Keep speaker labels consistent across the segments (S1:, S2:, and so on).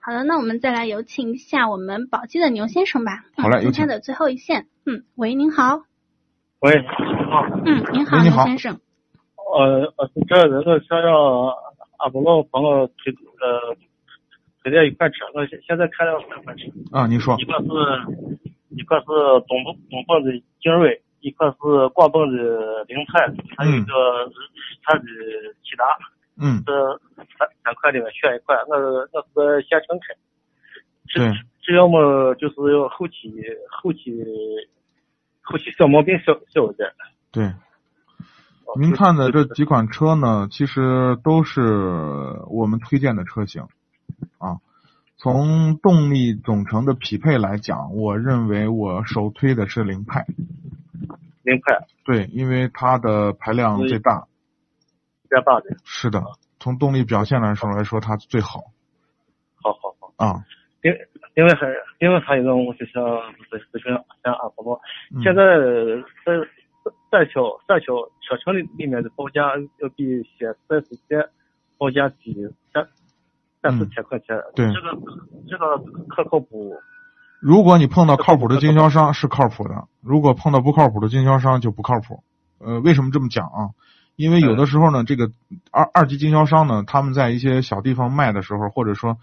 S1: 好的，那我们再来有请一下我们宝鸡的牛先生吧。嗯
S2: 好嘞有
S1: 今天
S2: 请
S1: 的最后一线，嗯，喂，您好，
S3: 喂，你好，
S1: 嗯，您好，
S2: 喂你
S1: 牛
S2: 好
S1: 先生，
S3: 呃，我是这人的想要俺们老朋友推呃推荐一款车，我现现在看了两款车，
S2: 啊，您说
S3: 一个是一个是东风东风的劲锐，一个是广蚌的凌派，还有一个是它的骐达，
S2: 嗯
S3: 这三三款里面选一款，我我是在县城开，
S2: 对
S3: 这要么就是要后期后期后期小毛病小小一点。
S2: 对。
S3: 哦
S2: 您看的这
S3: 是
S2: 几款车呢，其实都是我们推荐的车型啊。从动力总成的匹配来讲，我认为我首推的是凌派，
S3: 零块
S2: 对，因为它的排量最大，
S3: 加大的，
S2: 是的，从动力表现来说来说它最好
S3: 好好好。
S2: 啊。
S3: 另另外还另外还有一个我就想咨咨询像阿婆婆，
S2: 嗯
S3: 现在在在小在小车城里里面的报价要比一些四 S 店报价低三三四千块钱，
S2: 对
S3: 这个这个可靠不？
S2: 如果你碰到靠谱的经销商是靠谱的，如果碰到不靠谱的经销商就不靠谱。呃，为什么这么讲啊？因为有的时候呢，这个二二级经销商呢，他们在一些小地方卖的时候，或者说，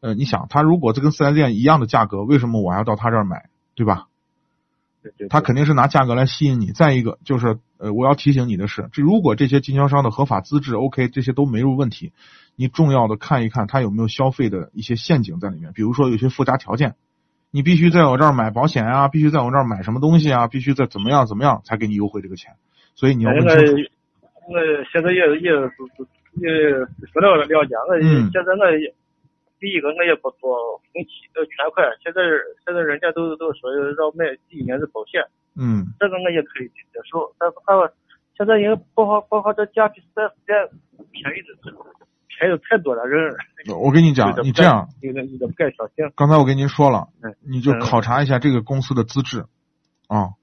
S2: 呃，你想他如果这跟四 S 店一样的价格，为什么我要到他这儿买，对吧？
S3: 对对，
S2: 他肯定是拿价格来吸引你。再一个就是，呃，我要提醒你的是，这如果这些经销商的合法资质 OK，这些都没有问题，你重要的看一看他有没有消费的一些陷阱在里面，比如说有些附加条件，你必须在我这儿买保险啊，必须在我这儿买什么东西啊，必须在怎么样怎么样才给你优惠这个钱，所以你要
S3: 哎那
S2: 问
S3: 个
S2: 清楚。
S3: 我现在也也是也说了两家，我
S2: 嗯
S3: 现在我也第一个我也不做分期的全款，现在现在人家都都说要买第一年的保险。
S2: 嗯，
S3: 这个我也可以接受，但是俺现在因为包括包括这价比四 S 店便宜的便宜的太多了，人
S2: 我跟你讲
S3: 有，点
S2: 你
S3: 不
S2: 这
S3: 敢
S2: 样，
S3: 有点有点不敢相信。
S2: 刚才我跟您说了
S3: 嗯，
S2: 你就
S3: 嗯
S2: 考察一下这个公司的资质啊。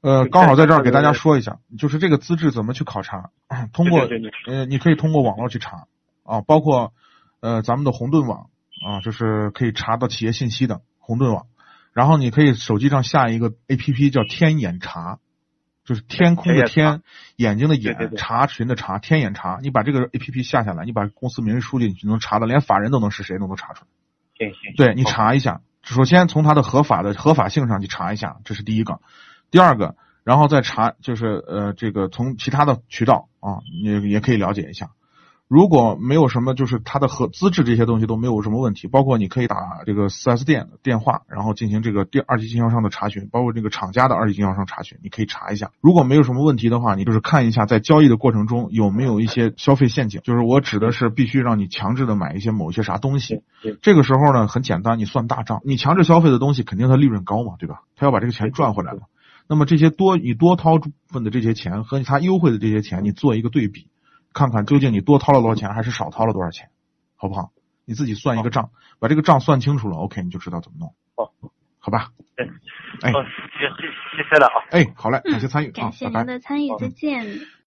S2: 呃，
S3: 对
S2: 刚好在这儿
S3: 对
S2: 给大家
S3: 对对
S2: 说一下，就是这个资质怎么去考察，通过
S3: 对对对
S2: 呃，你可以通过网络去查啊，包括呃咱们的红盾网啊，就是可以查到企业信息的红盾网。然后你可以手机上下一个 A P P 叫天眼查，就是天空的
S3: 天眼
S2: 天，眼睛的眼，
S3: 对对对
S2: 查询的查，天眼查。你把这个 A P P 下下来，你把公司名、书记，你就能查到，连法人都能是谁都能查出来。
S3: 行行，
S2: 对你查一下，首先从它的合法的合法性上去查一下，这是第一个。第二个，然后再查就是呃这个从其他的渠道啊，也也可以了解一下。如果没有什么就是它的和资质这些东西都没有什么问题，包括你可以打这个 4S 店的电话，然后进行这个第二级经销商的查询，包括这个厂家的二级经销商查询，你可以查一下。如果没有什么问题的话，你就是看一下在交易的过程中有没有一些消费陷阱，就是我指的是必须让你强制的买一些某些啥东西，这个时候呢，很简单，你算大账，你强制消费的东西肯定它利润高嘛，对吧？他要把这个钱赚回来嘛。那么这些多你多掏出份的这些钱和他优惠的这些钱，你做一个对比，看看究竟你多掏了多少钱，还是少掏了多少钱，好不好？你自己算一个账，把这个账算清楚了，OK，你就知道怎么弄。
S3: 好，
S2: 好吧，
S3: 好，谢谢谢谢了啊。
S2: 哎，好嘞，
S1: 嗯
S2: 感谢参与、
S1: 感
S2: 啊，
S1: 谢
S2: 拜
S1: 您
S2: 拜。
S1: 的参与，再见。